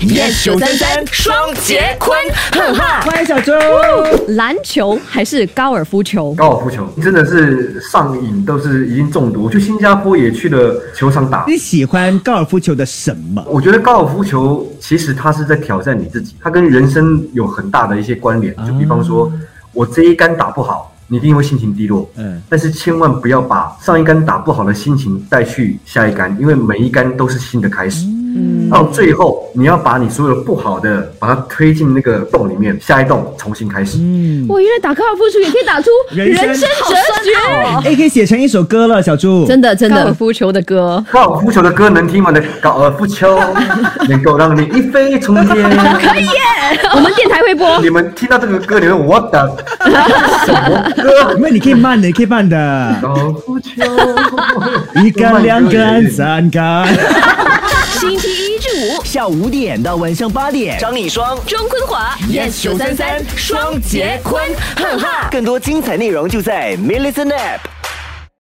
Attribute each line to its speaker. Speaker 1: yes 九三三双节坤，哈哈。
Speaker 2: 欢迎小周。
Speaker 3: 篮球还是高尔夫球？
Speaker 4: 高尔夫球真的是上瘾，都是已经中毒。我去新加坡也去了球场打。
Speaker 2: 你喜欢高尔夫球的什么？
Speaker 4: 我觉得高尔夫球其实它是在挑战你自己，它跟人生有很大的一些关联。就比方说，我这一杆打不好，你一定会心情低落。
Speaker 2: 嗯，
Speaker 4: 但是千万不要把上一杆打不好的心情带去下一杆，因为每一杆都是新的开始。到最后，你要把你所有的不好的，把它推进那个洞里面，下一洞重新开始。
Speaker 5: 我原来打高尔夫球也可以打出
Speaker 2: 人生
Speaker 5: 人生哲学。
Speaker 2: 哎，可以写成一首歌了，小猪。
Speaker 3: 真的真
Speaker 5: 高尔
Speaker 3: 的，
Speaker 5: 夫球的歌，
Speaker 4: 高尔夫球的歌能听吗？的高尔夫球能够让你一飞冲天。
Speaker 3: 我们电台会播。
Speaker 4: 你们听到这个歌，你们我的什么歌？
Speaker 2: 没有，你可以慢的，你可以慢的，
Speaker 4: 高尔夫球，
Speaker 2: 一杆、两杆、三杆。
Speaker 1: 星期一至五
Speaker 2: 下午五点到晚上八点，
Speaker 1: 张一双
Speaker 5: 钟坤华
Speaker 1: yes 九三三双节坤，哈哈。
Speaker 6: 更多精彩内容就在 m i l l i c e n App。